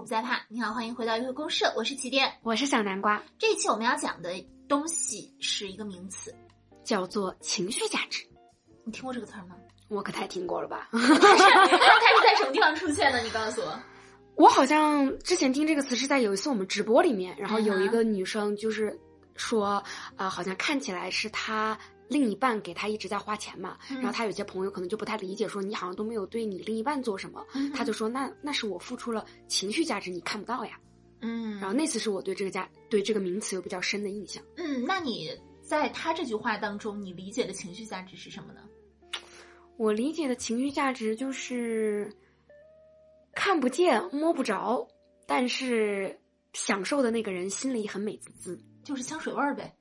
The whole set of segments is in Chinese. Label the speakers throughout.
Speaker 1: 不再怕。你好，欢迎回到约会公社，我是起点。
Speaker 2: 我是小南瓜，
Speaker 1: 这一期我们要讲的东西是一个名词，
Speaker 2: 叫做情绪价值。
Speaker 1: 你听过这个词儿 吗？
Speaker 2: 我可太听过 了吧？
Speaker 1: 它它是在什么地方出现的？你告诉我。
Speaker 2: 我好像之前听这个词是在有一次我们直播里面，然后有
Speaker 1: 嗯
Speaker 2: 一个女生就是说，啊、好像看起来是她另一半给她一直在花钱嘛，
Speaker 1: 嗯
Speaker 2: 然后她有些朋友可能就不太理解，说你好像都没有对你另一半做什么，
Speaker 1: 嗯
Speaker 2: 她就说那那是我付出了情绪价值，你看不到呀。
Speaker 1: 嗯，
Speaker 2: 然后那次是我对这个价对这个名词有比较深的印象。
Speaker 1: 嗯，那你在他这句话当中，你理解的情绪价值是什么呢？
Speaker 2: 我理解的情绪价值就是看不见、摸不着，但是享受的那个人心里很美滋滋。
Speaker 1: 就是香水味儿呗，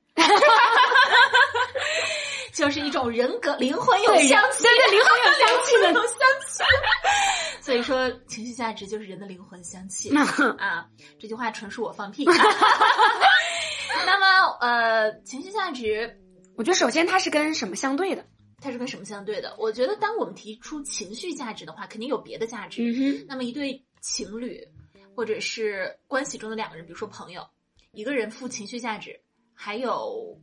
Speaker 1: 就是一种人格灵魂有香气，
Speaker 2: 对对，灵魂有香气
Speaker 1: 人
Speaker 2: 的
Speaker 1: 有香气。 所以说，情绪价值就是人的灵魂香气。
Speaker 2: 那
Speaker 1: 啊，这句话纯属我放屁。那么，呃，情绪价值
Speaker 2: 我觉得首先它是跟什么相对的？
Speaker 1: 它是跟什么相对的？我觉得，当我们提出情绪价值的话，肯定有别的价值。
Speaker 2: 哼，
Speaker 1: 那么，一对情侣或者是关系中的两个人，比如说朋友，一个人负情绪价值，还有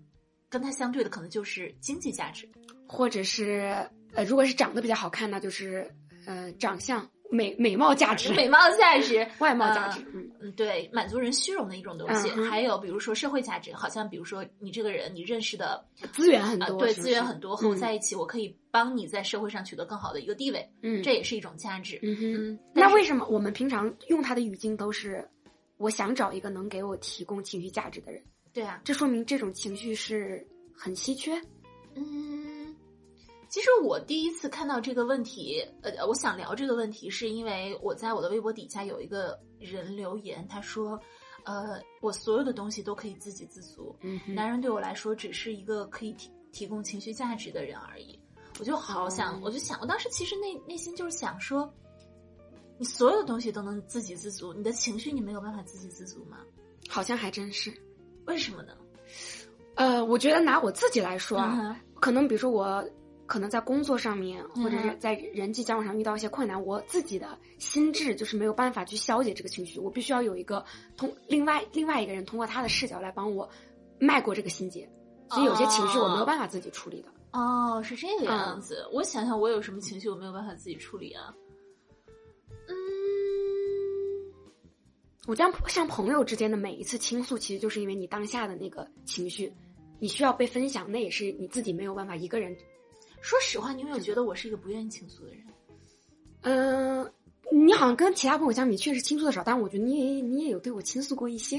Speaker 1: 跟他相对的可能就是经济价值。
Speaker 2: 或者是呃，如果是长得比较好看，那就是呃长相美美貌价值、
Speaker 1: 美貌价值，
Speaker 2: 外貌价值。嗯，
Speaker 1: 嗯，对，满足人虚荣的一种东西。
Speaker 2: 嗯嗯
Speaker 1: 还有比如说社会价值，好像比如说你这个人，你认识的
Speaker 2: 资源很
Speaker 1: 啊、
Speaker 2: 多，
Speaker 1: 对，
Speaker 2: 是不
Speaker 1: 资源
Speaker 2: 是
Speaker 1: 很多，和我
Speaker 2: 嗯
Speaker 1: 在一起，我可以帮你在社会上取得更好的一个地位，
Speaker 2: 嗯，
Speaker 1: 这也是一种价值。
Speaker 2: 嗯哼。
Speaker 1: 嗯，但
Speaker 2: 那
Speaker 1: 是
Speaker 2: 为什么我们平常用它的语境都是我想找一个能给我提供情绪价值的人？
Speaker 1: 对啊，
Speaker 2: 这说明这种情绪是很稀缺。
Speaker 1: 嗯，其实我第一次看到这个问题，呃，我想聊这个问题，是因为我在我的微博底下有一个人留言，他说，呃，我所有的东西都可以自给自足，
Speaker 2: 嗯
Speaker 1: 男人对我来说只是一个可以提提供情绪价值的人而已。我就好想，
Speaker 2: 哦
Speaker 1: 我就想，我当时其实内内心就是想说，你所有的东西都能自给自足，你的情绪你没有办法自给自足吗？
Speaker 2: 好像还真是。
Speaker 1: 为什么呢？
Speaker 2: 呃，我觉得拿我自己来说啊，
Speaker 1: 嗯哼
Speaker 2: 可能比如说我可能在工作上面，
Speaker 1: 嗯
Speaker 2: 或者是在人际交往上遇到一些困难，我自己的心智就是没有办法去消解这个情绪，我必须要有一个通另外另外一个人通过他的视角来帮我迈过这个心结，所以有些情绪我没有办法自己处理的。
Speaker 1: 哦，是这个样
Speaker 2: 嗯
Speaker 1: 子。我想想，我有什么情绪我没有办法自己处理啊？嗯，
Speaker 2: 我觉得像朋友之间的每一次倾诉，其实就是因为你当下的那个情绪，你需要被分享，那也是你自己没有办法一个人。
Speaker 1: 说实话，你有没有觉得我是一个不愿意倾诉的人？
Speaker 2: 嗯、你好像跟其他朋友相比，确实倾诉的少，但我觉得你也你也有对我倾诉过一些。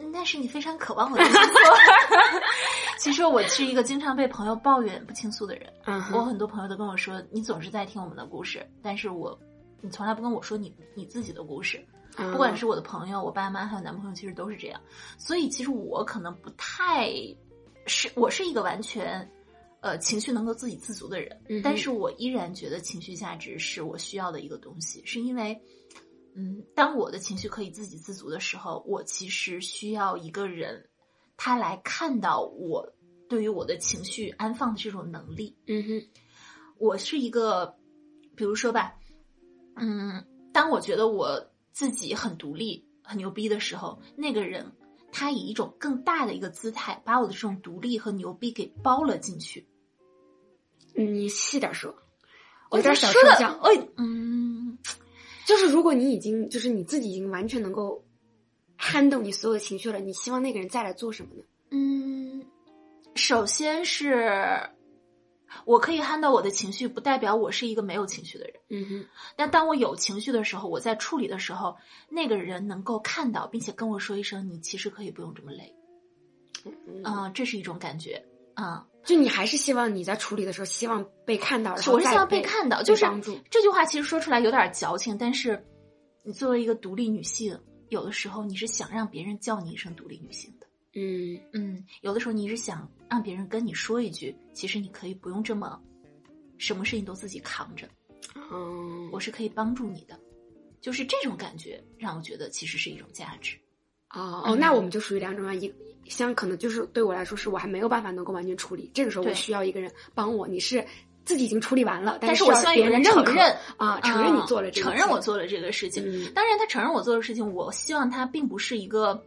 Speaker 1: 嗯但是你非常渴望我的倾诉。 其实我是一个经常被朋友抱怨不倾诉的人。
Speaker 2: 嗯
Speaker 1: 我很多朋友都跟我说，你总是在听我们的故事，但是我，你从来不跟我说你你自己的故事。
Speaker 2: 嗯
Speaker 1: 不管是我的朋友、我爸妈还有男朋友，其实都是这样。所以其实我可能不太是，我是一个完全。呃，情绪能够自给自足的人，
Speaker 2: 嗯哼
Speaker 1: 但是我依然觉得情绪价值是我需要的一个东西，是因为，嗯，当我的情绪可以自给自足的时候，我其实需要一个人，他来看到我对于我的情绪安放的这种能力。
Speaker 2: 嗯哼
Speaker 1: 我是一个，比如说吧，嗯，当我觉得我自己很独立、很牛逼的时候，那个人他以一种更大的一个姿态，把我的这种独立和牛逼给包了进去。
Speaker 2: 你细点说，
Speaker 1: 我
Speaker 2: 有点小
Speaker 1: 说
Speaker 2: 抽
Speaker 1: 的，
Speaker 2: 象。
Speaker 1: 哎，嗯，
Speaker 2: 就是如果你已经就是你自己已经完全能够 handle 你所有的情绪了，你希望那个人再来做什么呢？
Speaker 1: 嗯，首先是我可以 handle 我的情绪，不代表我是一个没有情绪的人。
Speaker 2: 嗯哼，
Speaker 1: 那当我有情绪的时候，我在处理的时候，那个人能够看到，并且跟我说一声：“你其实可以不用这么累。”
Speaker 2: 嗯，
Speaker 1: 啊、这是一种感觉啊、
Speaker 2: 就你还是希望你在处理的时候，希望被看到，然后
Speaker 1: 我是
Speaker 2: 再
Speaker 1: 希望被看到，就是
Speaker 2: 帮助。
Speaker 1: 这句话其实说出来有点矫情，但是你作为一个独立女性，有的时候你是想让别人叫你一声独立女性的，
Speaker 2: 嗯。
Speaker 1: 嗯，有的时候你是想让别人跟你说一句，其实你可以不用这么什么事情都自己扛着，
Speaker 2: 嗯，
Speaker 1: 我是可以帮助你的，就是这种感觉让我觉得其实是一种价值。
Speaker 2: 哦
Speaker 1: 嗯
Speaker 2: 哦，那我们就属于两种啊，一像可能就是对我来说是我还没有办法能够完全处理，这个时候我
Speaker 1: 对
Speaker 2: 需要一个人帮我，你是自己已经处理完了，但
Speaker 1: 是
Speaker 2: 是
Speaker 1: 我
Speaker 2: 要
Speaker 1: 希望有
Speaker 2: 别
Speaker 1: 人
Speaker 2: 认
Speaker 1: 承
Speaker 2: 可
Speaker 1: 认
Speaker 2: 啊，承认你
Speaker 1: 啊
Speaker 2: 做了这个，
Speaker 1: 承认我，做了这个事情。
Speaker 2: 嗯
Speaker 1: 当然，他承认我做的事情，我希望他并不是一个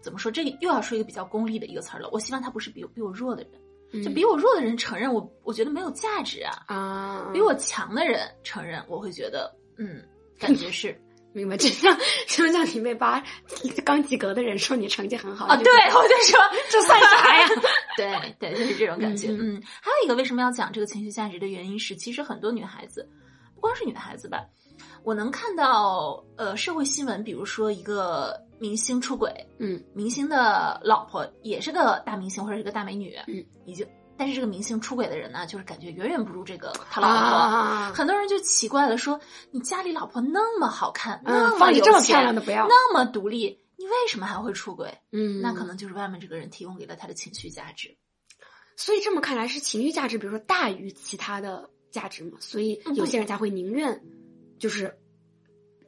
Speaker 1: 怎么说，这个又要说一个比较功利的一个词儿了。我希望他不是比我比我弱的人，就
Speaker 2: 嗯
Speaker 1: 比我弱的人承认我，我觉得没有价值啊。
Speaker 2: 啊，
Speaker 1: 比我强的人承认，我会觉得，嗯，感觉 是
Speaker 2: 明白，就 像就像你被八刚及格的人说你成绩很好
Speaker 1: 啊，
Speaker 2: 你
Speaker 1: 对
Speaker 2: 就觉得
Speaker 1: 我就说
Speaker 2: 这算啥呀？
Speaker 1: 对对，就是这种感觉。
Speaker 2: 嗯
Speaker 1: 嗯，还有一个为什么要讲这个情绪价值的原因是，其实很多女孩子，不光是女孩子吧，我能看到呃社会新闻，比如说一个明星出轨，
Speaker 2: 嗯，
Speaker 1: 明星的老婆也是个大明星或者是个大美女，
Speaker 2: 嗯，
Speaker 1: 已经，但是这个明星出轨的人呢，就是感觉远远不如这个他老婆。
Speaker 2: 啊，
Speaker 1: 很多人就奇怪了说，你家里老婆那么好看，那
Speaker 2: 嗯，
Speaker 1: 么
Speaker 2: 放你
Speaker 1: 有
Speaker 2: 这么
Speaker 1: 钱
Speaker 2: 漂亮的不要，
Speaker 1: 那么独立，你为什么还会出轨？
Speaker 2: 嗯，
Speaker 1: 那可能就是外面这个人提供给了他的情绪价值。
Speaker 2: 所以这么看来是情绪价值，比如说大于其他的价值嘛，所以
Speaker 1: 嗯
Speaker 2: 有
Speaker 1: 不
Speaker 2: 些人才会宁愿就是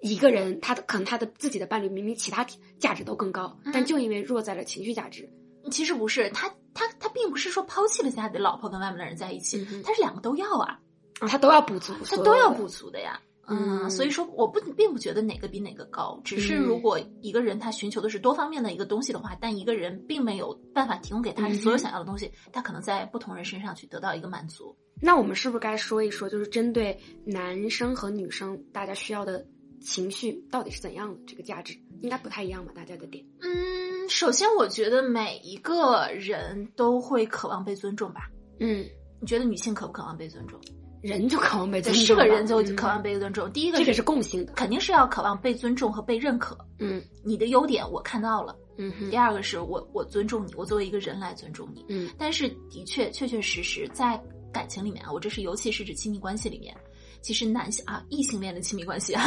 Speaker 2: 一个人，他的可能他的自己的伴侣明明其他价值都更高，
Speaker 1: 嗯
Speaker 2: 但就因为弱在了情绪价值，
Speaker 1: 其实不是，他他他并不是说抛弃了家里的老婆跟外面的人在一起，
Speaker 2: 嗯哼
Speaker 1: 他是两个都要啊，
Speaker 2: 啊，他都要补足，
Speaker 1: 他都要
Speaker 2: 足。
Speaker 1: 补足的呀。
Speaker 2: 嗯
Speaker 1: 所以说我不并不觉得哪个比哪个高，只是
Speaker 2: 嗯
Speaker 1: 如果一个人他寻求的是多方面的一个东西的话，但一个人并没有办法提供给他
Speaker 2: 嗯哼
Speaker 1: 所有想要的东西，他可能在不同人身上去得到一个满足。
Speaker 2: 那我们是不是该说一说，就是针对男生和女生，大家需要的情绪到底是怎样的？这个价值应该不太一样吧？大家的点，
Speaker 1: 嗯，首先我觉得每一个人都会渴望被尊重吧。
Speaker 2: 嗯，
Speaker 1: 你觉得女性渴不渴望被尊重？
Speaker 2: 人就渴望被尊重吧，
Speaker 1: 是个人就
Speaker 2: 嗯
Speaker 1: 渴望被尊重。第一个
Speaker 2: 这个是共性的，
Speaker 1: 肯定是要渴望被尊重和被认可。
Speaker 2: 嗯
Speaker 1: 你的优点我看到了，
Speaker 2: 嗯
Speaker 1: 第
Speaker 2: 哼，
Speaker 1: 二个是我我尊重你，我作为一个人来尊重你。
Speaker 2: 嗯
Speaker 1: 但是的确确确实实在感情里面啊，我这是尤其是指亲密关系里面，其实男性啊异性恋的亲密关系 啊，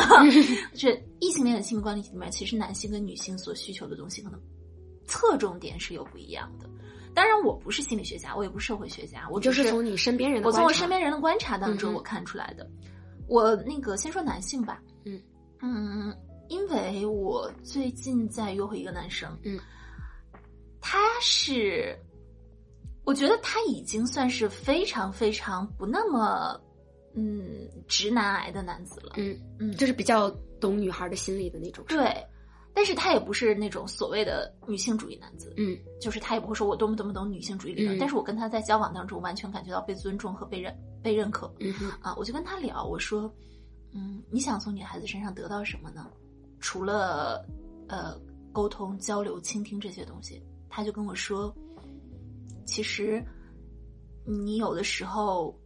Speaker 1: 这异性恋的亲密关系里面，其实男性跟女性所需求的东西可能侧重点是有不一样的。当然，我不是心理学家，我也不是社会学家，我
Speaker 2: 我就
Speaker 1: 只
Speaker 2: 是从你身边人的
Speaker 1: 我
Speaker 2: 观察，
Speaker 1: 从我身边人的观察当中，
Speaker 2: 嗯哼
Speaker 1: 我看出来的。我那个先说男性吧，
Speaker 2: 嗯
Speaker 1: 嗯因为我最近在约会一个男生，
Speaker 2: 嗯，
Speaker 1: 他是，我觉得他已经算是非常非常不那么，嗯，直男癌的男子了，
Speaker 2: 嗯，
Speaker 1: 嗯，
Speaker 2: 就是比较懂女孩的心理的那种。，
Speaker 1: 对，但是他也不是那种所谓的女性主义男子，
Speaker 2: 嗯
Speaker 1: 就是他也不会说我多么多么懂女性主义理论，
Speaker 2: 嗯
Speaker 1: 但是我跟他在交往当中完全感觉到被尊重和被认被认可，
Speaker 2: 嗯哼，
Speaker 1: 啊，我就跟他聊，我说，嗯，你想从女孩子身上得到什么呢？除了呃沟通、交流、倾听这些东西，他就跟我说，其实你有的时候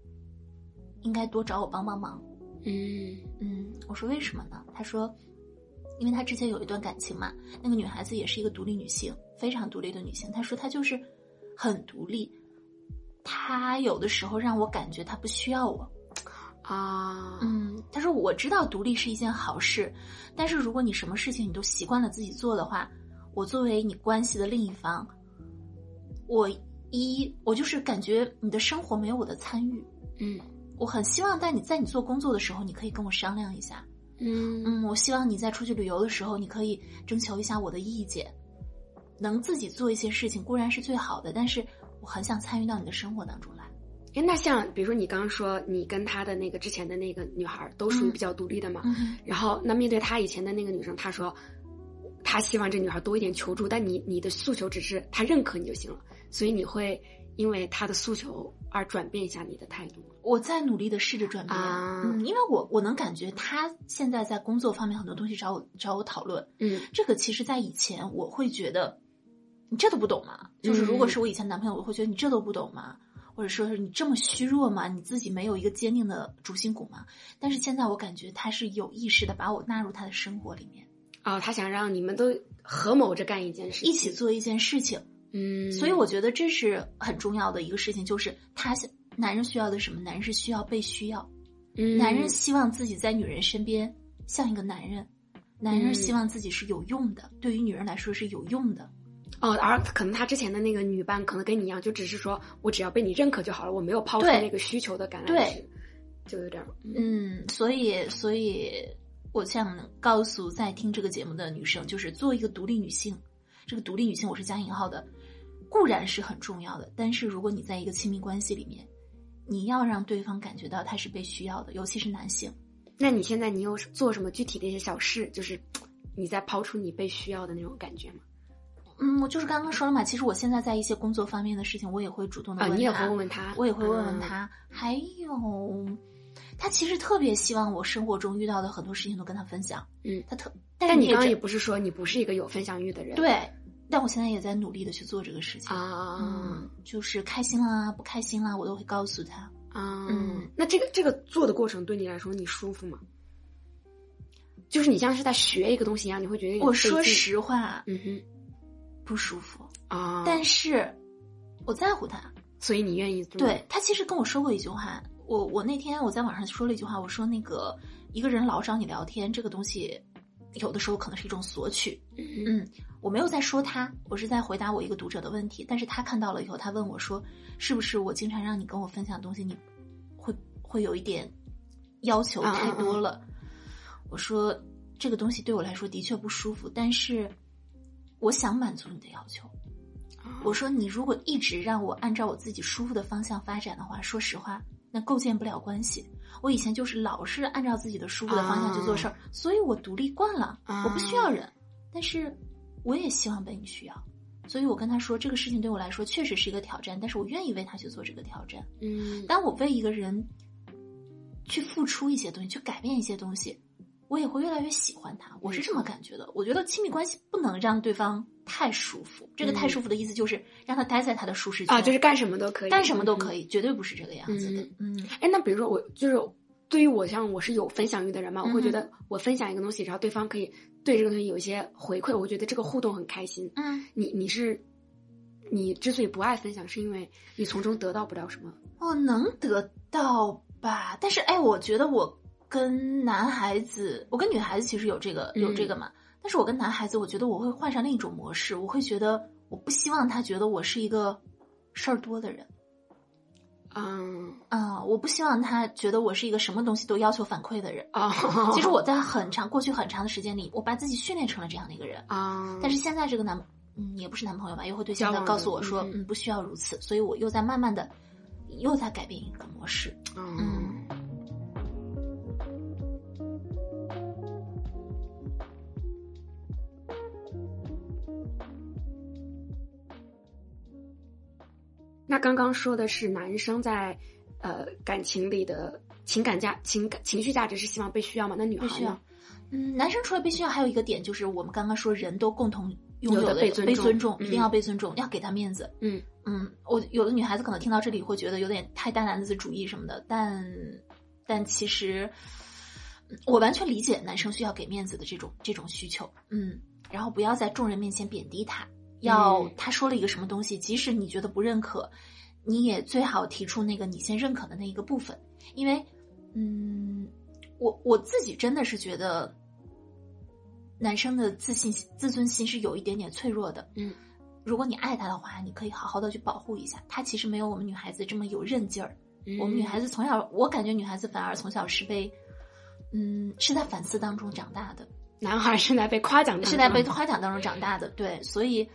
Speaker 1: 应该多找我帮帮忙。
Speaker 2: 嗯
Speaker 1: 嗯，我说为什么呢？他说，因为他之前有一段感情嘛，那个女孩子也是一个独立女性，非常独立的女性。他说她就是很独立，她有的时候让我感觉她不需要我。
Speaker 2: 啊，
Speaker 1: 嗯，他说我知道独立是一件好事，但是如果你什么事情你都习惯了自己做的话，我作为你关系的另一方，我一我就是感觉你的生活没有我的参与，
Speaker 2: 嗯
Speaker 1: 我很希望在你在你做工作的时候，你可以跟我商量一下，
Speaker 2: 嗯
Speaker 1: 嗯，我希望你在出去旅游的时候，你可以征求一下我的意见，能自己做一些事情固然是最好的，但是我很想参与到你的生活当中来。
Speaker 2: 哎，那像比如说你刚刚说你跟他的那个之前的那个女孩都属于
Speaker 1: 嗯
Speaker 2: 比较独立的嘛，
Speaker 1: 嗯，
Speaker 2: 然后那面对他以前的那个女生，他说他希望这女孩多一点求助，但你你的诉求只是他认可你就行了，所以你会因为他的诉求而转变一下你的态度吗。
Speaker 1: 我在努力的试着转变，
Speaker 2: 啊
Speaker 1: 嗯，因为我我能感觉他现在在工作方面很多东西找我找我讨论，
Speaker 2: 嗯
Speaker 1: 这个其实在以前我会觉得你这都不懂吗？就是如果
Speaker 2: 嗯
Speaker 1: 是我以前男朋友，我会觉得你这都不懂吗？或者说是你这么虚弱吗？你自己没有一个坚定的主心骨吗？但是现在我感觉他是有意识的把我纳入他的生活里面，
Speaker 2: 哦，他想让你们都合谋着干一件事情，
Speaker 1: 一起做一件事情。
Speaker 2: 嗯，
Speaker 1: 所以我觉得这是很重要的一个事情，就是他想男人需要的是什么？男人是需要被需要。
Speaker 2: 嗯
Speaker 1: 男人希望自己在女人身边像一个男人，男人
Speaker 2: 嗯
Speaker 1: 希望自己是有用的，对于女人来说是有用的。
Speaker 2: 哦，而可能他之前的那个女伴可能跟你一样，就只是说我只要被你认可就好了，我没有抛出
Speaker 1: 对
Speaker 2: 那个需求的橄榄
Speaker 1: 对
Speaker 2: 枝，就有点儿嗯
Speaker 1: 嗯，所以，所以我想告诉在听这个节目的女生，就是做一个独立女性。这个独立女性，我是加引号的，固然是很重要的，但是如果你在一个亲密关系里面，你要让对方感觉到他是被需要的，尤其是男性。
Speaker 2: 那你现在你有做什么具体的一些小事，就是你在抛出你被需要的那种感觉吗？
Speaker 1: 嗯，我就是刚刚说了嘛，其实我现在在一些工作方面的事情，我也会主动的
Speaker 2: 啊，
Speaker 1: 问他，
Speaker 2: 你也会问问他，
Speaker 1: 我也会问问
Speaker 2: 嗯。
Speaker 1: 他。还有，他其实特别希望我生活中遇到的很多事情都跟他分享。
Speaker 2: 嗯，
Speaker 1: 他特，
Speaker 2: 但
Speaker 1: 你
Speaker 2: 你
Speaker 1: 也
Speaker 2: 刚刚
Speaker 1: 知
Speaker 2: 也不是说你不是一个有分享欲的人，
Speaker 1: 对，但我现在也在努力的去做这个事情。
Speaker 2: 啊、
Speaker 1: 嗯，就是开心啦、不开心啦，我都会告诉他。
Speaker 2: 啊，
Speaker 1: 嗯
Speaker 2: 那这个这个做的过程对你来说你舒服吗？就是你像是在学一个东西一样，你会觉得有点
Speaker 1: 我说
Speaker 2: 费劲，
Speaker 1: 实话
Speaker 2: 嗯哼
Speaker 1: 不舒服，
Speaker 2: 啊，
Speaker 1: 但是我在乎他。
Speaker 2: 所以你愿意做
Speaker 1: 对他其实跟我说过一句话，我我那天我在网上说了一句话，我说那个一个人老找你聊天这个东西，有的时候可能是一种索取。
Speaker 2: 嗯
Speaker 1: 嗯，我没有在说他，我是在回答我一个读者的问题。但是他看到了以后，他问我说，是不是我经常让你跟我分享东西，你会会有一点要求
Speaker 2: 啊啊
Speaker 1: 太
Speaker 2: 啊
Speaker 1: 多了？我说这个东西对我来说的确不舒服，但是我想满足你的要求。
Speaker 2: 啊
Speaker 1: 我说你如果一直让我按照我自己舒服的方向发展的话，说实话，那构建不了关系。我以前就是老是按照自己的舒服的方向去做事儿，所以我独立惯了，
Speaker 2: 啊
Speaker 1: 我不需要人，但是我也希望被你需要。所以我跟他说，这个事情对我来说确实是一个挑战，但是我愿意为他去做这个挑战。
Speaker 2: 嗯
Speaker 1: 当我为一个人去付出一些东西，去改变一些东西，我也会越来越喜欢他。我是这么感觉的。我觉得亲密关系不能让对方太舒服。这个太舒服的意思就是让他待在他的舒适圈
Speaker 2: 嗯啊，就是干什么都可以，嗯
Speaker 1: 干什么都
Speaker 2: 以。
Speaker 1: 可以，绝对不是这个样子的。嗯
Speaker 2: 哎，那比如说我就是对于我像我是有分享欲的人嘛，我会觉
Speaker 1: 嗯哼
Speaker 2: 得我分享一个东西，然后对方可以对这个东西有一些回馈，我会觉得这个互动很开心。
Speaker 1: 嗯，
Speaker 2: 你你是你之所以不爱分享，是因为你从中得到不了什么。
Speaker 1: 我哦能得到吧？但是哎，我觉得我跟男孩子，我跟女孩子其实有这个有
Speaker 2: 嗯
Speaker 1: 这个嘛。但是我跟男孩子，我觉得我会换上另一种模式，我会觉得我不希望他觉得我是一个事儿多的人。
Speaker 2: 嗯
Speaker 1: 啊、我不希望他觉得我是一个什么东西都要求反馈的人。
Speaker 2: 啊，
Speaker 1: 其实我在很长过去很长的时间里，我把自己训练成了这样的一个人。
Speaker 2: 啊，
Speaker 1: 但是现在这个男，嗯，也不是男朋友吧，约会对象
Speaker 2: 交
Speaker 1: 他
Speaker 2: 往
Speaker 1: 告
Speaker 2: 的
Speaker 1: 诉我说，
Speaker 2: 嗯嗯
Speaker 1: 嗯，不需要如此，所以我又在慢慢的，又在改变一个模式。
Speaker 2: 嗯。那刚刚说的是男生在呃感情里的情感价、情感情绪价值是希望被需要吗？那女孩
Speaker 1: 被
Speaker 2: 呢？
Speaker 1: 需要嗯，男生除了被需要，还有一个点就是我们刚刚说人都共同拥
Speaker 2: 有
Speaker 1: 有
Speaker 2: 的
Speaker 1: 的
Speaker 2: 被尊重
Speaker 1: 重，一定
Speaker 2: 嗯
Speaker 1: 要被尊重，要给他面子。
Speaker 2: 嗯
Speaker 1: 嗯，我有的女孩子可能听到这里会觉得有点太大男子主义什么的，但但其实嗯我完全理解男生需要给面子的这种这种需求。嗯，然后不要在众人面前贬低他，要
Speaker 2: 嗯
Speaker 1: 他说了一个什么东西，即使你觉得不认可，你也最好提出那个你先认可的那一个部分，因为嗯，我我自己真的是觉得。男生的自信心、自尊心是有一点点脆弱的，如果你爱他的话，你可以好好的去保护一下他。其实没有我们女孩子这么有韧劲儿。我们女孩
Speaker 2: 子
Speaker 1: 子从小，我感觉女孩子反而从小是被，嗯，是在反思当中长大的，
Speaker 2: 男孩是在被夸奖的，
Speaker 1: 是在被夸奖当中长大的。对，所以，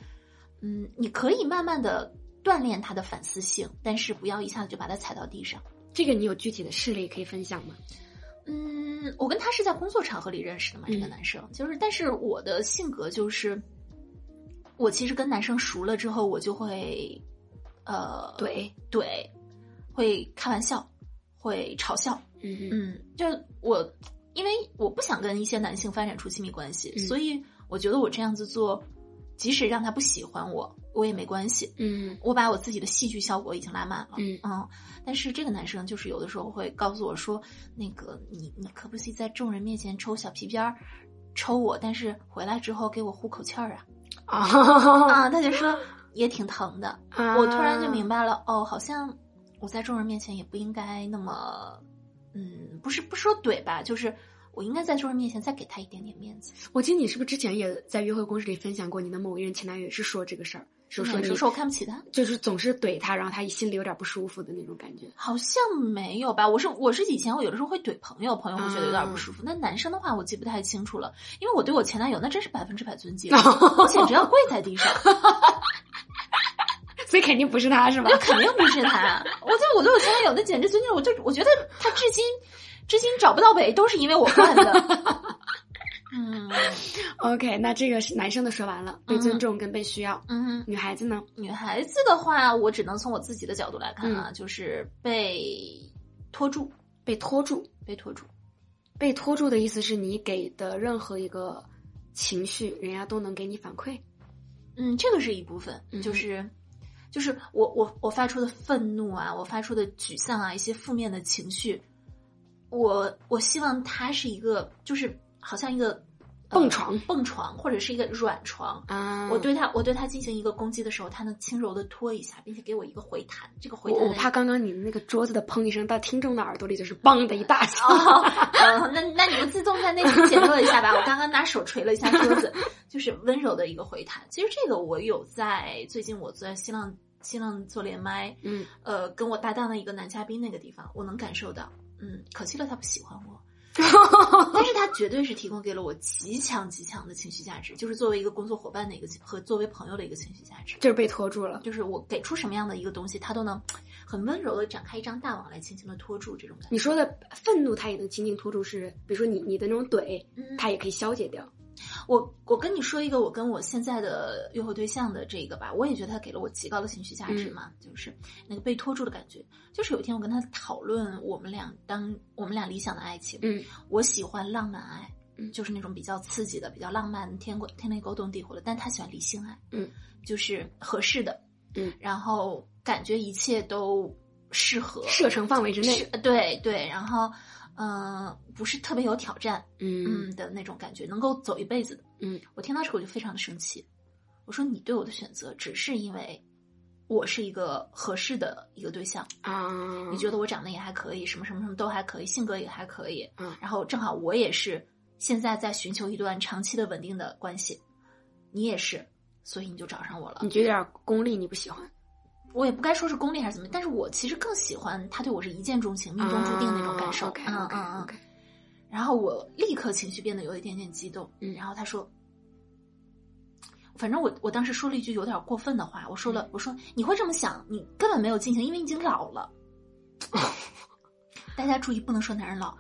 Speaker 1: 嗯，你可以慢慢的锻炼他的反思性，但是不要一下子就把他踩到地上。
Speaker 2: 这个你有具体的事例可以分享吗？
Speaker 1: 嗯，我跟他是在工作场合里认识的嘛，这个
Speaker 2: 嗯
Speaker 1: 男生就是，但是我的性格就是，我其实跟男生熟了之后，我就会，呃，
Speaker 2: 对，
Speaker 1: 对，会开玩笑，会嘲笑，
Speaker 2: 嗯哼
Speaker 1: 嗯，就是我，因为我不想跟一些男性发展出亲密关系，
Speaker 2: 嗯
Speaker 1: 所以我觉得我这样子做，即使让他不喜欢我，我也没关系，
Speaker 2: 嗯
Speaker 1: 我把我自己的戏剧效果已经拉满了，
Speaker 2: 嗯
Speaker 1: 嗯，但是这个男生就是有的时候会告诉我说，那个你你可不可以在众人面前抽小皮鞭儿，抽我，但是回来之后给我呼口气儿啊，
Speaker 2: 啊，
Speaker 1: 啊，他就说也挺疼的，我突然就明白了，哦，好像我在众人面前也不应该那么，嗯，不是不说怼吧，就是我应该在众人面前再给他一点点面子。
Speaker 2: 我记得你是不是之前也在约会公式里分享过，你的某一任前男友也是说这个事儿，就嗯说
Speaker 1: 有
Speaker 2: 你
Speaker 1: 时候我看不起他，
Speaker 2: 就是总是怼他，然后他心里有点不舒服的那种感 觉。
Speaker 1: 好像没有吧？我是我是以前我有的时候会怼朋友，朋友会觉得有点
Speaker 2: 啊
Speaker 1: 不舒服。那、男生的话我记不太清楚了，因为我对我 前男友那真是百分之百尊敬，我简直要跪在地上。
Speaker 2: 所以肯定不是他是吧
Speaker 1: 那？肯定不是他。我就我对我前男友那简直尊敬，我就我觉得他至今至今找不到北，都是因为我犯 的。 嗯
Speaker 2: OK，那这个是男生的说完了，被尊重跟被需要。
Speaker 1: 嗯，
Speaker 2: 女孩子呢？
Speaker 1: 女孩子的话，我只能从我自己的角度来看啊，就是被拖住，
Speaker 2: 被拖住，
Speaker 1: 被拖住。
Speaker 2: 被拖住的意思是你给的任何一个情绪，人家都能给你反馈。
Speaker 1: 嗯，这个是一部分，
Speaker 2: 嗯
Speaker 1: 就是就是我我我发出的愤怒啊，我发出的沮丧啊，一些负面的情绪，我我希望它是一个，就是好像一个、呃
Speaker 2: 蹦床
Speaker 1: 蹦床或者是一个软床。
Speaker 2: 啊，
Speaker 1: 我对它，我对它进行一个攻击的时候，它能轻柔的拖一下，并且给我一个回弹。这个回
Speaker 2: 我
Speaker 1: 弹
Speaker 2: 我
Speaker 1: 的
Speaker 2: 怕刚刚你的那个桌子的砰一声到听众的耳朵里就是梆的一大下。
Speaker 1: 哦， 呃，那那你们自动在那里简陋一下吧。我刚刚拿手捶了一下桌子，就是温柔的一个回弹。其实这个我有在最近我在新浪新浪做连麦，
Speaker 2: 嗯，
Speaker 1: 呃，跟我搭档的一个男嘉宾那个地方，我能感受到。嗯，可惜了他不喜欢我，但是他绝对是提供给了我极强极强的情绪价值，就是作为一个工作伙伴的一个情和作为朋友的一个情绪价值。
Speaker 2: 就是被拖住了。
Speaker 1: 就是我给出什么样的一个东西，他都能很温柔的展开一张大网来轻轻的拖住这种感觉。
Speaker 2: 你说的愤怒，他也能轻轻拖住，是比如说你你的那种怼，
Speaker 1: 嗯
Speaker 2: 他也可以消解掉。
Speaker 1: 我我跟你说一个我跟我现在的约会对象的这个吧，我也觉得他给了我极高的情绪价
Speaker 2: 嗯
Speaker 1: 值嘛，就是那个被拖住的感觉。就是有一天我跟他讨论我们俩当我们俩理想的爱情，
Speaker 2: 嗯
Speaker 1: 我喜欢浪漫爱，
Speaker 2: 嗯
Speaker 1: 就是那种比较刺激的、比较浪漫、天过天雷勾动地火的，但他喜欢理性爱，
Speaker 2: 嗯，
Speaker 1: 就是合适的，
Speaker 2: 嗯，
Speaker 1: 然后感觉一切都适合，
Speaker 2: 射程范围之
Speaker 1: 是
Speaker 2: 内。
Speaker 1: 对对，然后嗯、呃不是特别有挑战，
Speaker 2: 嗯
Speaker 1: 嗯的那种感觉，能够走一辈子的。
Speaker 2: 嗯，
Speaker 1: 我听到这个我就非常的生气，我说你对我的选择只是因为我是一个合适的一个对象，
Speaker 2: 啊，
Speaker 1: 你觉得我长得也还可以，什么什么什么都还可以，性格也还可以，
Speaker 2: 嗯
Speaker 1: 然后正好我也是现在在寻求一段长期的稳定的关系，你也是，所以你就找上我了。
Speaker 2: 你觉得有点功利，你不喜欢？
Speaker 1: 我也不该说是功利还是怎么，但是我其实更喜欢他对我是一见钟情、命中注定那种感受。
Speaker 2: OK
Speaker 1: 嗯
Speaker 2: OK
Speaker 1: 嗯嗯
Speaker 2: OK。
Speaker 1: 然后我立刻情绪变得有一点点激动，
Speaker 2: 嗯
Speaker 1: 然后他说，反正我我当时说了一句有点过分的话，我说
Speaker 2: 嗯
Speaker 1: 了，我说你会这么想，你根本没有进行，因为你已经老 了。大家注意，不能说男人老，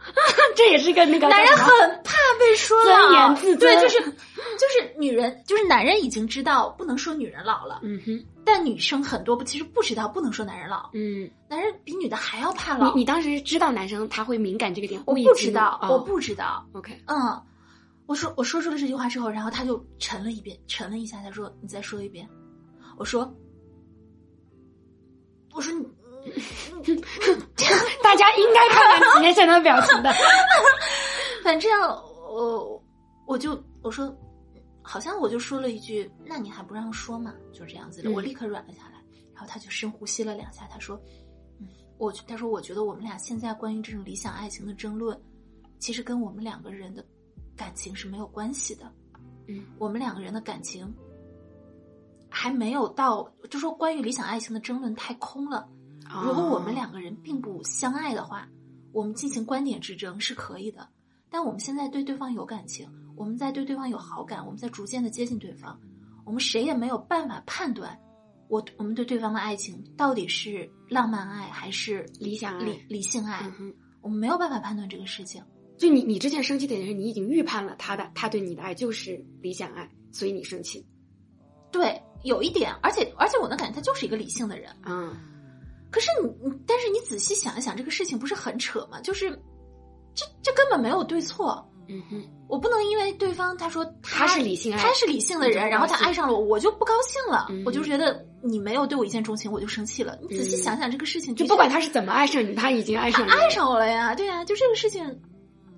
Speaker 2: 这也是一个那个
Speaker 1: 男人很怕被说
Speaker 2: 尊
Speaker 1: 老
Speaker 2: 严自尊
Speaker 1: 对，就是就是女人，就是男人已经知道不能说女人老了，
Speaker 2: 嗯哼
Speaker 1: 但女生很多不其实不知道不能说男人老，
Speaker 2: 嗯，
Speaker 1: 男人比女的还要怕老。
Speaker 2: 你你当时知道男生他会敏感这个点，
Speaker 1: 我
Speaker 2: 故意
Speaker 1: 不
Speaker 2: 激
Speaker 1: 知
Speaker 2: 怒
Speaker 1: 道，
Speaker 2: 哦
Speaker 1: 我不知道。
Speaker 2: OK
Speaker 1: 嗯，我说我说出了这句话之后，然后他就沉了一遍，沉了一下，他说：“你再说一遍。”我说：“我说你，你
Speaker 2: 大家应该看看年现在的表情 的。
Speaker 1: 反正我我就我说，好像我就说了一句，那你还不让说嘛？就这样子的，
Speaker 2: 嗯
Speaker 1: 我立刻软了下来。然后他就深呼吸了两下，他说：‘嗯，我他说我觉得我们俩现在关于这种理想爱情的争论，其实跟我们两个人的感情是没有关系的。’
Speaker 2: 嗯
Speaker 1: 我们两个人的感情还没有到，就说关于理想爱情的争论太空了。如果我
Speaker 2: 哦
Speaker 1: 们两个人并不相爱的话，我们进行观点之争是可以的。但我们现在对对方有感情，我们在对对方有好感，我们在逐渐的接近对方，我们谁也没有办法判断我我们对对方的爱情到底是浪漫爱还是
Speaker 2: 理想爱
Speaker 1: 理理性爱
Speaker 2: 嗯，哼，
Speaker 1: 我们没有办法判断这个事情。
Speaker 2: 就你你之前生气的点是你已经预判了他的他对你的爱就是理想爱，所以你生气
Speaker 1: 对，有一点，而且而且我能感觉他就是一个理性的人。
Speaker 2: 啊。
Speaker 1: 可是你，你但是你仔细想一想，这个事情不是很扯吗？就是，这这根本没有对错。
Speaker 2: 嗯哼，
Speaker 1: 我不能因为对方他说他
Speaker 2: 他是理性爱
Speaker 1: 他是理性的
Speaker 2: 你就
Speaker 1: 人，
Speaker 2: 不
Speaker 1: 然后他
Speaker 2: 高兴
Speaker 1: 爱上了我，我就不高兴了，
Speaker 2: 嗯
Speaker 1: 我就觉得你没有对我一见钟情，我就生气了。你仔细
Speaker 2: 嗯
Speaker 1: 想想这个事情，
Speaker 2: 就不管他是怎么爱上你，他已经爱上你了。
Speaker 1: 爱上我了呀，对呀，就这个事情。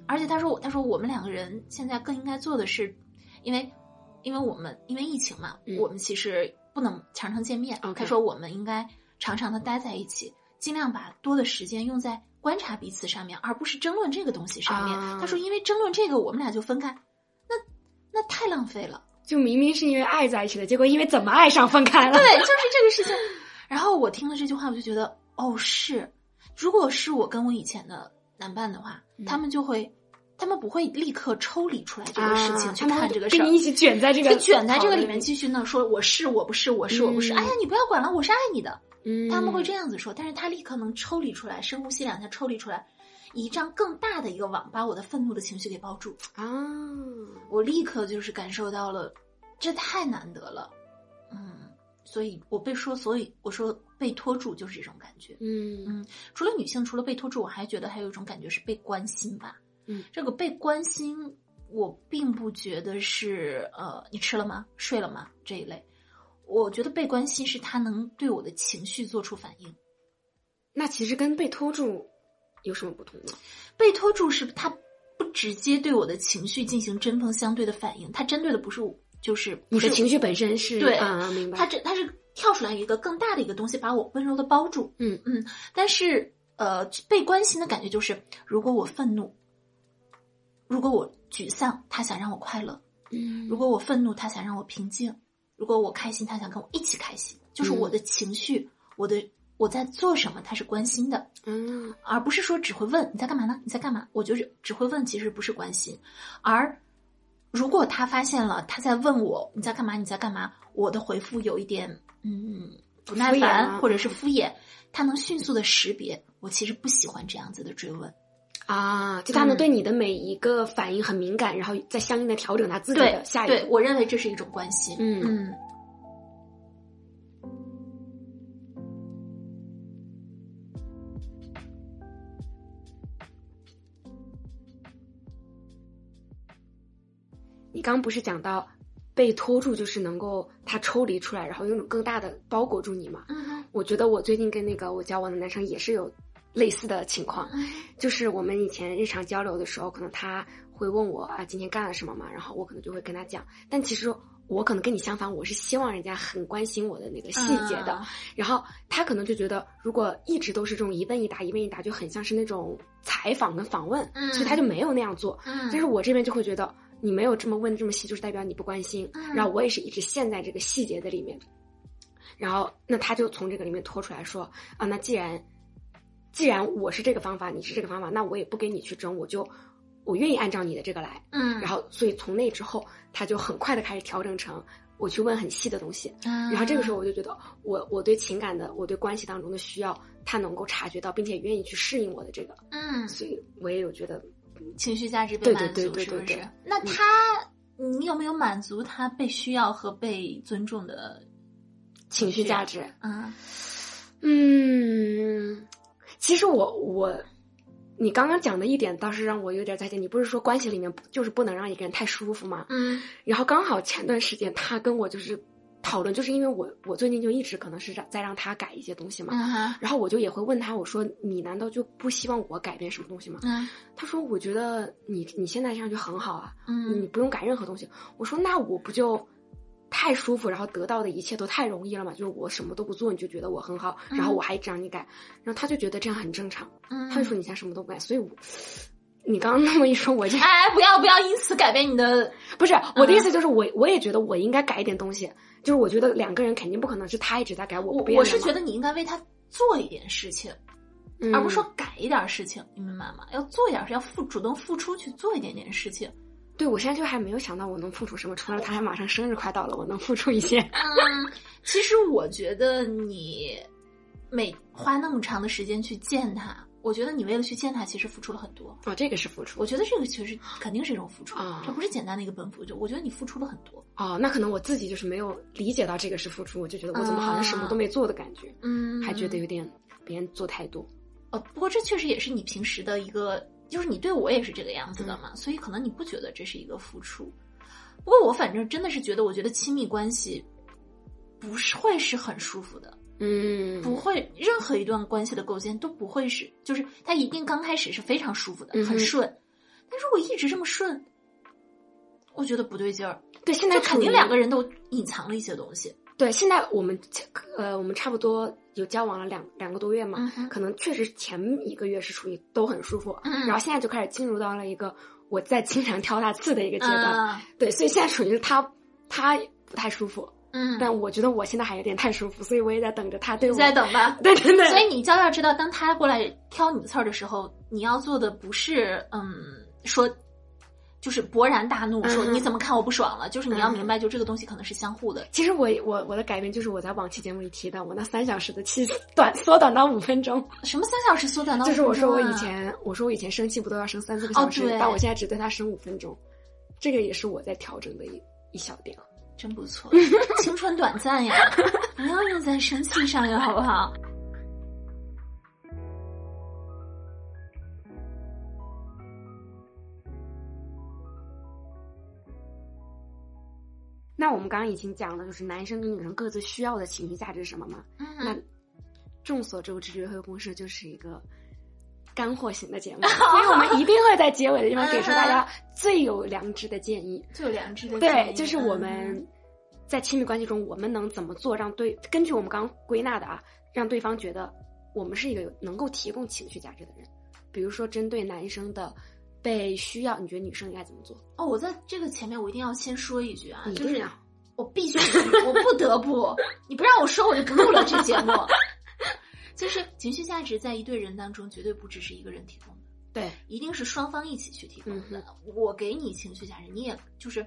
Speaker 1: 而且他说，他说我们两个人现在更应该做的是，因为因为我们因为疫情嘛，
Speaker 2: 嗯
Speaker 1: 我们其实不能常常见面。
Speaker 2: OK
Speaker 1: 他说我们应该常常的待在一起，尽量把多的时间用在观察彼此上面，而不是争论这个东西上面。
Speaker 2: 啊
Speaker 1: 他说，因为争论这个，我们俩就分开，那那太浪费了。
Speaker 2: 就明明是因为爱在一起的，结果因为怎么爱上分开了。啊
Speaker 1: 对，就是这个事情。然后我听了这句话，我就觉得，哦，是，如果是我跟我以前的男伴的话，
Speaker 2: 嗯
Speaker 1: 他们就会，他们不会立刻抽离出来这
Speaker 2: 啊
Speaker 1: 个事情去
Speaker 2: 他们
Speaker 1: 看
Speaker 2: 会
Speaker 1: 这个事
Speaker 2: 跟
Speaker 1: 儿，
Speaker 2: 你一起卷在这个
Speaker 1: 就卷在这个
Speaker 2: 讨论
Speaker 1: 里面继续呢，说我是我不是我是我不是，
Speaker 2: 嗯
Speaker 1: 哎呀你不要管了，我是爱你的，
Speaker 2: 嗯，
Speaker 1: 他们会这样子说，但是他立刻能抽离出来，深呼吸两下抽离出来，以一张更大的一个网把我的愤怒的情绪给包住，
Speaker 2: 啊，
Speaker 1: 我立刻就是感受到了，这太难得了，嗯，所以我被说，所以我说被拖住就是这种感觉。
Speaker 2: 嗯
Speaker 1: 除了女性，除了被拖住，我还觉得还有一种感觉是被关心吧。
Speaker 2: 嗯，
Speaker 1: 这个被关心，我并不觉得是呃，你吃了吗？睡了吗？这一类。我觉得被关心是他能对我的情绪做出反应。
Speaker 2: 那其实跟被拖住有什么不同呢？
Speaker 1: 被拖住是他不直接对我的情绪进行针锋相对的反应，他针对的不是我，就是
Speaker 2: 你
Speaker 1: 不
Speaker 2: 的
Speaker 1: 是
Speaker 2: 情绪本身是
Speaker 1: 对
Speaker 2: 啊，明白。
Speaker 1: 他这他是跳出来一个更大的一个东西，把我温柔的包住。
Speaker 2: 嗯
Speaker 1: 嗯，但是呃，被关心的感觉就是，如果我愤怒，如果我沮丧，他想让我快乐；
Speaker 2: 嗯
Speaker 1: 如果我愤怒，他想让我平静；如果我开心，他想跟我一起开心。就是
Speaker 2: 嗯
Speaker 1: 我的情绪，我的我在做什么，他是关心的，
Speaker 2: 嗯
Speaker 1: 而不是说只会问你在干嘛呢？你在干嘛？我觉得只会问其实不是关心，而。如果他发现了他在问我你在干嘛你在干嘛，我的回复有一点嗯不耐
Speaker 2: 敷衍啊
Speaker 1: 烦或者是敷衍，他能迅速的识别我其实不喜欢这样子的追问。
Speaker 2: 啊，就他能
Speaker 1: 嗯
Speaker 2: 对你的每一个反应很敏感，然后再相应的调整他自己
Speaker 1: 对
Speaker 2: 的下一
Speaker 1: 对，
Speaker 2: 步。
Speaker 1: 我认为这是一种关心。
Speaker 2: 嗯
Speaker 1: 嗯，
Speaker 2: 你刚不是讲到被拖住，就是能够他抽离出来，然后用一种更大的包裹住你嘛？
Speaker 1: 嗯
Speaker 2: 我觉得我最近跟那个我交往的男生也是有类似的情况，就是我们以前日常交流的时候，可能他会问我啊今天干了什么嘛，然后我可能就会跟他讲，但其实我可能跟你相反，我是希望人家很关心我的那个细节的，
Speaker 1: 啊
Speaker 2: 然后他可能就觉得如果一直都是这种一问一答一问一答，就很像是那种采访跟访问，
Speaker 1: 嗯
Speaker 2: 所以他就没有那样做，
Speaker 1: 嗯，
Speaker 2: 但是我这边就会觉得你没有这么问这么细，就是代表你不关心。
Speaker 1: 嗯
Speaker 2: 然后我也是一直陷在这个细节的里面，然后那他就从这个里面拖出来说啊，那既然既然我是这个方法，你是这个方法，那我也不跟你去争，我就我愿意按照你的这个来。
Speaker 1: 嗯，
Speaker 2: 然后所以从那之后，他就很快的开始调整成我去问很细的东西。
Speaker 1: 然
Speaker 2: 然后这个时
Speaker 1: 候
Speaker 2: 候我就觉得我，我对情感的，我对关系当中的需要，他能够察觉到，并且愿意去适应我的这个，
Speaker 1: 嗯，
Speaker 2: 所以我也有觉得
Speaker 1: 情绪价值被
Speaker 2: 对
Speaker 1: 满
Speaker 2: 对
Speaker 1: 足
Speaker 2: 对对
Speaker 1: 是不
Speaker 2: 对嗯
Speaker 1: 是
Speaker 2: 对？
Speaker 1: 那他你有没有满足他被需要和被尊重的？
Speaker 2: 情绪
Speaker 1: 是
Speaker 2: 价值，
Speaker 1: 嗯
Speaker 2: 嗯，其实我我，你刚刚讲的一点倒是让我有点在线。你不是说关系里面不就是不能让一个人太舒服吗？
Speaker 1: 嗯
Speaker 2: 然后刚好前段时间他跟我就是讨论，就是因为我我最近就一直可能是在在让他改一些东西嘛。
Speaker 1: 嗯哈
Speaker 2: 然后我就也会问他，我说你难道就不希望我改变什么东西吗？
Speaker 1: 嗯
Speaker 2: 他说我觉得你你现在这样就很好啊，你
Speaker 1: 嗯
Speaker 2: 不用改任何东西。我说那我不就太舒服，然后得到的一切都太容易了嘛？就是我什么都不做，你就觉得我很好，
Speaker 1: 嗯
Speaker 2: 然后我还一直让你改，然后他就觉得这样很正常，
Speaker 1: 嗯，
Speaker 2: 他就说你现在什么都不改，所以我。你刚刚那么一说，我这
Speaker 1: 哎，嗯不要不要，因此改变你的，
Speaker 2: 不是我的意思，就是我我也觉得我应该改一点东西，就是我觉得两个人肯定不可能是他一直在改，我
Speaker 1: 我
Speaker 2: 不变
Speaker 1: 我
Speaker 2: 的
Speaker 1: 是
Speaker 2: 嘛
Speaker 1: 觉得你应该为他做一点事情，
Speaker 2: 嗯
Speaker 1: 而不是说改一点事情，你明白吗？要做一点事，要付主动付出去做一点点事情。
Speaker 2: 对我现在就还没有想到我能付出什么，除了他马上生日快到了，我能付出一 些。
Speaker 1: 嗯，其实我觉得你每花那么长的时间去见他，我觉得你为了去见他，其实付出了很多。
Speaker 2: 哦，这个是付出
Speaker 1: 我觉得这个其实肯定是一种付出，
Speaker 2: 啊
Speaker 1: 这不是简单的一个奔赴，就我觉得你付出了很多。
Speaker 2: 哦，那可能我自己就是没有理解到这个是付出，我就觉得我怎么好像什么都没做的感觉。
Speaker 1: 啊嗯
Speaker 2: 还觉得有点别人做太多。
Speaker 1: 呃，不过这确实也是你平时的一个，就是你对我也是这个样子的嘛，
Speaker 2: 嗯
Speaker 1: 所以可能你不觉得这是一个付出。不过我反正真的是觉得，我觉得亲密关系不是会是很舒服的，
Speaker 2: 嗯
Speaker 1: 不会任何一段关系的构建都不会是，就是它一定刚开始是非常舒服的，
Speaker 2: 嗯哼
Speaker 1: 很顺。但如果一直这么顺，我觉得不对劲儿，
Speaker 2: 对，现在
Speaker 1: 那肯
Speaker 2: 处于
Speaker 1: 定两个人都隐藏了一些东西。
Speaker 2: 对，现在我们呃，我们差不多有交往了两两个多月嘛，
Speaker 1: 嗯哼，
Speaker 2: 可能确实前一个月是处于都很舒服，
Speaker 1: 嗯
Speaker 2: 然后现在就开始进入到了一个我在经常挑大刺的一个阶段。
Speaker 1: 啊
Speaker 2: 对，所以现在属于他他不太舒服，
Speaker 1: 嗯，
Speaker 2: 但我觉得我现在还有点太舒服，所以我也在等着他对
Speaker 1: 你
Speaker 2: 我。
Speaker 1: 再等吧。
Speaker 2: 对对对，
Speaker 1: 所以你就要知道，当他过来挑你的刺儿的时候，你要做的不是嗯说就是勃然大怒，说
Speaker 2: 嗯哼
Speaker 1: 你怎么看我不爽了？就是你要
Speaker 2: 嗯哼
Speaker 1: 明白，就这个东西可能是相互的。
Speaker 2: 其实我我我的改变就是我在往期节目里提的，我那三小时的气短缩短到五分 钟，
Speaker 1: 什么三小时缩短到、
Speaker 2: 就是我说我以。前我说我以前生气不都要生三四个
Speaker 1: 哦
Speaker 2: 小时，
Speaker 1: 对
Speaker 2: 但我现在只对他生五分钟，这个也是我在调整的一一小点。
Speaker 1: 真不 错，青春短暂呀，不要用在生气上呀，好不好？
Speaker 2: 那我们刚刚已经讲了，就是男生跟女生各自需要的情绪价值是什么嘛？那
Speaker 1: 嗯，
Speaker 2: 众所周知，约会公社就是一个干货型的节 目，所以我们一定会在结尾的地方给出大家最有良知的建议。
Speaker 1: 最有良知的建
Speaker 2: 对，
Speaker 1: 议
Speaker 2: 就是我
Speaker 1: 嗯
Speaker 2: 们在亲密关系中，我们能怎么做让对根据我们刚刚归纳的啊，让对方觉得我们是一个有能够提供情绪价值的人。比如说，针对男生的被需要，你觉得女生应该怎么做？
Speaker 1: 哦，我在这个前面我一定要先说一句啊，
Speaker 2: 一
Speaker 1: 就
Speaker 2: 定
Speaker 1: 是
Speaker 2: 要
Speaker 1: 我必须，我不得不，你不让我说我就不录了这节目。 就是情绪价值在一对人当中绝对不只是一个人提供的，
Speaker 2: 对，
Speaker 1: 一定是双方一起去提供的。
Speaker 2: 嗯
Speaker 1: 我给你情绪价值，你也就是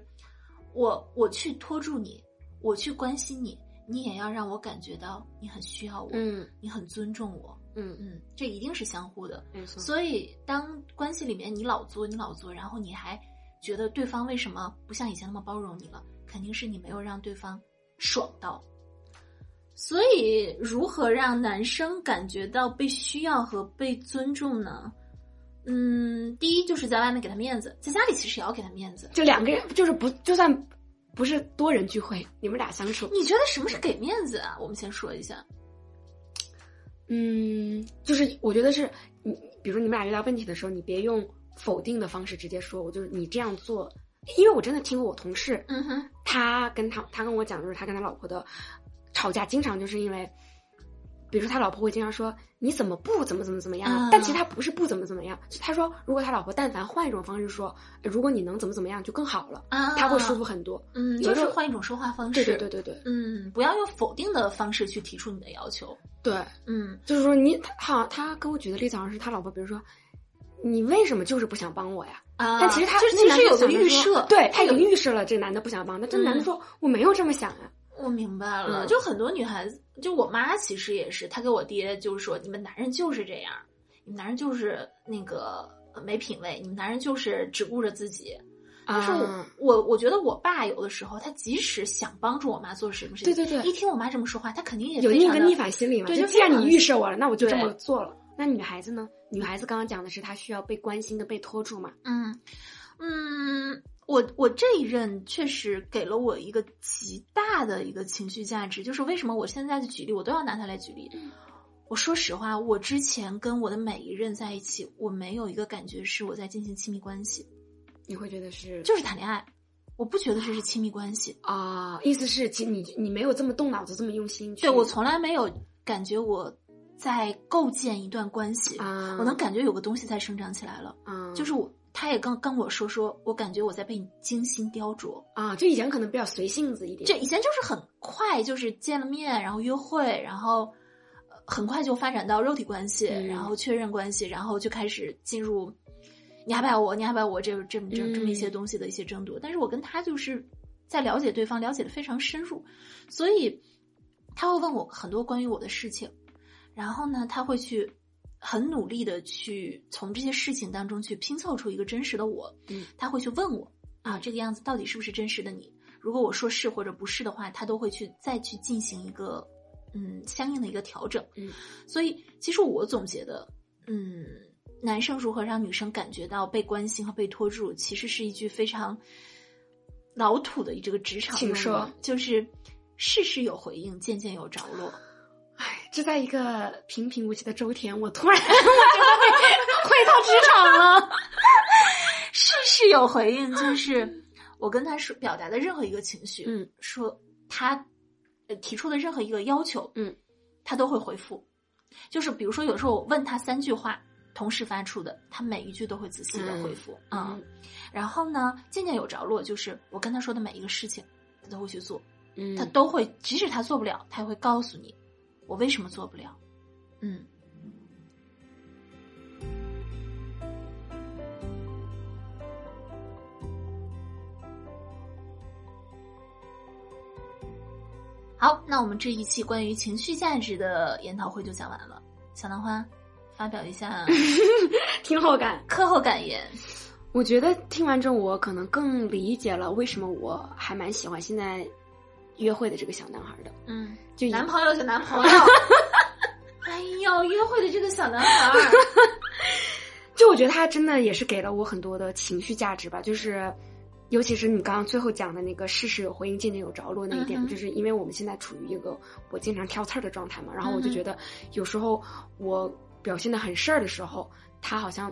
Speaker 1: 我我去拖住你，我去关心你，你也要让我感觉到你很需要我，
Speaker 2: 嗯
Speaker 1: 你很尊重我。
Speaker 2: 嗯，
Speaker 1: 嗯，这一定是相互的。
Speaker 2: 没错，
Speaker 1: 所以，当关系里面你老作，你老作，然后你还觉得对方为什么不像以前那么包容你了，肯定是你没有让对方爽到。所以，如何让男生感觉到被需要和被尊重呢？嗯，第一就是在外面给他面子，在家里其实也要给他面子。
Speaker 2: 就两个人，就是不就算不是多人聚会，你们俩相处，
Speaker 1: 你觉得什么是给面子啊？我们先说一下。
Speaker 2: 嗯，就是我觉得是你，比如你们俩遇到问题的时候，你别用否定的方式直接说，我就是你这样做，因为我真的听过我同事，
Speaker 1: 嗯哼，
Speaker 2: 他跟他他跟我讲，就是他跟他老婆的吵架，经常就是因为，比如说他老婆会经常说你怎么不怎么怎么怎么样啊，
Speaker 1: 嗯
Speaker 2: 但其实他不是不怎么怎么样，他说如果他老婆但凡换一种方式说，呃如果你能怎么怎么样就更好了，
Speaker 1: 啊，
Speaker 2: 他会舒服。很多。
Speaker 1: 嗯，就
Speaker 2: 有时
Speaker 1: 是
Speaker 2: 候
Speaker 1: 换一种说话方式。
Speaker 2: 对对对对对
Speaker 1: 嗯，不要用否定的方式去提出你的要求。
Speaker 2: 对，
Speaker 1: 嗯
Speaker 2: 就是说你他好像他给我举的例子好像是他老婆，比如说。你为什么就是不想帮我呀？
Speaker 1: 啊，
Speaker 2: 但其实他
Speaker 1: 就是
Speaker 2: 那
Speaker 1: 其
Speaker 2: 男
Speaker 1: 实
Speaker 2: 的
Speaker 1: 有个
Speaker 2: 想着
Speaker 1: 预
Speaker 2: 说
Speaker 1: 设，
Speaker 2: 对他有个预设了，这个男的不想帮，但这男的
Speaker 1: 嗯
Speaker 2: 说我没有这么想啊。
Speaker 1: 我明白了，
Speaker 2: 嗯
Speaker 1: 就很多女孩子，就我妈其实也是，她给我爹就是说，你们男人就是这样，你们男人就是那个呃没品位，你们男人就是只顾着自己。但是
Speaker 2: 啊，
Speaker 1: 我我觉得我爸有的时候，他即使想帮助我妈做什么事情，
Speaker 2: 对对对
Speaker 1: 一听我妈这么说话，他肯定也
Speaker 2: 有
Speaker 1: 非
Speaker 2: 那
Speaker 1: 常
Speaker 2: 个
Speaker 1: 地
Speaker 2: 逆反心理嘛？
Speaker 1: 对
Speaker 2: 就
Speaker 1: 就
Speaker 2: 既然
Speaker 1: 非常
Speaker 2: 你预设我了，那我就这
Speaker 1: 对
Speaker 2: 么做了。那女孩子呢？女孩子刚刚讲的是她需要被关心的、被拖住嘛？
Speaker 1: 嗯，嗯，我我这一任确实给了我一个极大的一个情绪价值，就是为什么我现在的举例我都要拿它来举例。我说实话，我之前跟我的每一任在一起，我没有一个感觉是我在进行亲密关系，
Speaker 2: 你会觉得是
Speaker 1: 就是谈恋爱，我不觉得这是亲密关系。
Speaker 2: 啊、意思是其实你你没有这么动脑子、这么用心去。
Speaker 1: 对我从来没有感觉我在构建一段关系，
Speaker 2: 啊，
Speaker 1: 我能感觉有个东西在生长起来了。
Speaker 2: 啊，
Speaker 1: 就是我，他也跟跟我说说，我感觉我在被你精心雕琢。
Speaker 2: 啊，就以前可能比较随性子一点。
Speaker 1: 这以前就是很快，就是见了面，然后约会，然后呃很快就发展到肉体关系，
Speaker 2: 嗯
Speaker 1: 然后确认关系，然后就开始进入你还不爱我，你还不爱我这这这这么一些
Speaker 2: 嗯
Speaker 1: 东西的一些争夺。但是我跟他就是在了解对方，了解的非常深入，所以他会问我很多关于我的事情，然后呢，他会去。很努力的去从这些事情当中去拼凑出一个真实的我，
Speaker 2: 嗯
Speaker 1: 他会去问我啊，这个样子到底是不是真实的你？如果我说是或者不是的话，他都会去再去进行一个嗯相应的一个调整。
Speaker 2: 嗯，
Speaker 1: 所以其实我总结的，嗯，男生如何让女生感觉到被关心和被拖住，其实是一句非常老土的这个职场
Speaker 2: 请
Speaker 1: 用语
Speaker 2: 说
Speaker 1: 就是事事有回应，件件有着落。
Speaker 2: 哎，这在一个平平无奇的周天，我突然 我觉得会回到职场了。
Speaker 1: 事事有回应， 就是我跟他说表达的任何一个情绪，
Speaker 2: 嗯，
Speaker 1: 说他呃提出的任何一个要求，
Speaker 2: 嗯，
Speaker 1: 他都会回复。就是比如说，有时候我问他三句话同时发出的，他每一句都会仔细的回复啊、
Speaker 2: 嗯
Speaker 1: 然后呢，渐渐有着落，就是我跟他说的每一个事情，他都会去做，
Speaker 2: 嗯，
Speaker 1: 他都会，即使他做不了，他也会告诉你我为什么做不了。嗯，好，那我们这一期关于情绪价值的研讨会就讲完了。小兰花，发表一 下
Speaker 2: 听后感。
Speaker 1: 课后感言。
Speaker 2: 我觉得听完之后，我可能更理解了为什么我还蛮喜欢现在约会的这个小男孩的。
Speaker 1: 嗯，
Speaker 2: 就以
Speaker 1: 男朋友是男朋 友。哎呦，约会的这个小男孩 儿，
Speaker 2: 就我觉得他真的也是给了我很多的情绪价值吧，就是。尤其是你刚刚最后讲的那个事事有回应，件件有着落那一
Speaker 1: 嗯
Speaker 2: 点，
Speaker 1: 哼
Speaker 2: 就是因为我们现在处于一个我经常挑刺儿的状态嘛，然后我就
Speaker 1: 嗯哼
Speaker 2: 觉得有时候我表现的很事儿的时候，他好像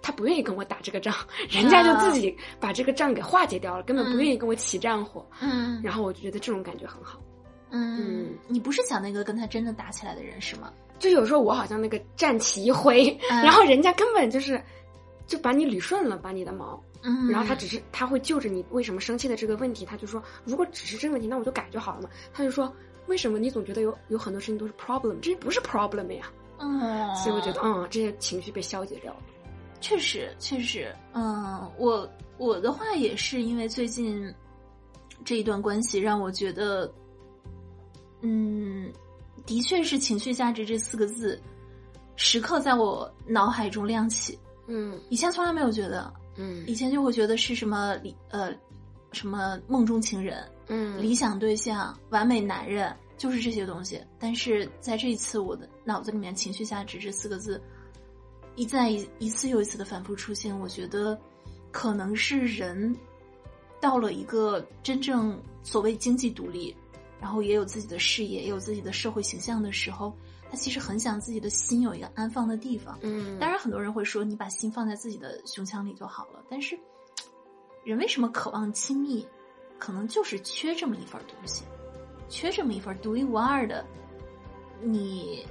Speaker 2: 他不愿意跟我打这个仗，人家就自己把这个仗给化解掉了，根本不
Speaker 1: 啊嗯
Speaker 2: 愿意跟我起战火，
Speaker 1: 嗯
Speaker 2: 然后我就觉得这种感觉很好。
Speaker 1: 嗯，你不是想那个跟他真的打起来的人是 吗？
Speaker 2: 就有时候我好像那个战旗一挥，
Speaker 1: 嗯
Speaker 2: 然后人家根本就是就把你捋顺了，把你的毛，
Speaker 1: 嗯，
Speaker 2: 然后他只是他会就着你为什么生气的这个问题，他就说如果只是这个问题，那我就改就好了嘛。他就说为什么你总觉得有有很多事情都是 problem，这不是 problem 呀？
Speaker 1: 嗯，
Speaker 2: 所以我觉得，嗯，这些情绪被消解掉了。
Speaker 1: 确实，确实，嗯，我我的话也是因为最近这一段关系让我觉得，嗯，的确是“情绪价值”这四个字时刻在我脑海中亮起。
Speaker 2: 嗯
Speaker 1: 以前从来没有觉得，
Speaker 2: 嗯
Speaker 1: 以前就会觉得是什么理呃什么梦中情人、
Speaker 2: 嗯
Speaker 1: 理想对象、完美男人，就是这些东西。但是在这一次，我的脑子里面“情绪价值”这四个字，一再一一次又一次的反复出现。我觉得，可能是人到了一个真正所谓经济独立，然后也有自己的事业，也有自己的社会形象的时候，他其实很想自己的心有一个安放的地方。
Speaker 2: 嗯，
Speaker 1: 当然，很多人会说你把心放在自己的胸腔里就好了，但是人为什么渴望亲密，可能就是缺这么一份东西，缺这么一份独一无二的，你，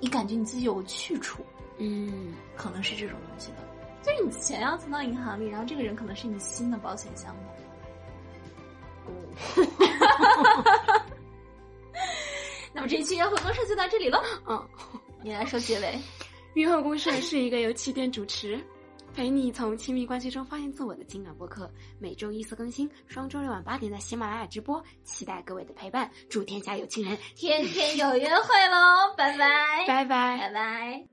Speaker 1: 你感觉你自己有去处，
Speaker 2: 嗯
Speaker 1: 可能是这种东西吧。就是你钱要存到银行里，然后这个人可能是你新的保险项目。
Speaker 2: 嗯
Speaker 1: 那么这一期约会公式就到这里了，
Speaker 2: 嗯，
Speaker 1: 你来说结尾。
Speaker 2: 约会公社是一个由气垫主持，陪你从亲密关系中发现自我的情感播客，每周一次更新，双周六晚八点在喜马拉雅直播，期待各位的陪伴，祝天下有情人，
Speaker 1: 天天有约会喽，拜拜，
Speaker 2: 拜拜
Speaker 1: 拜拜。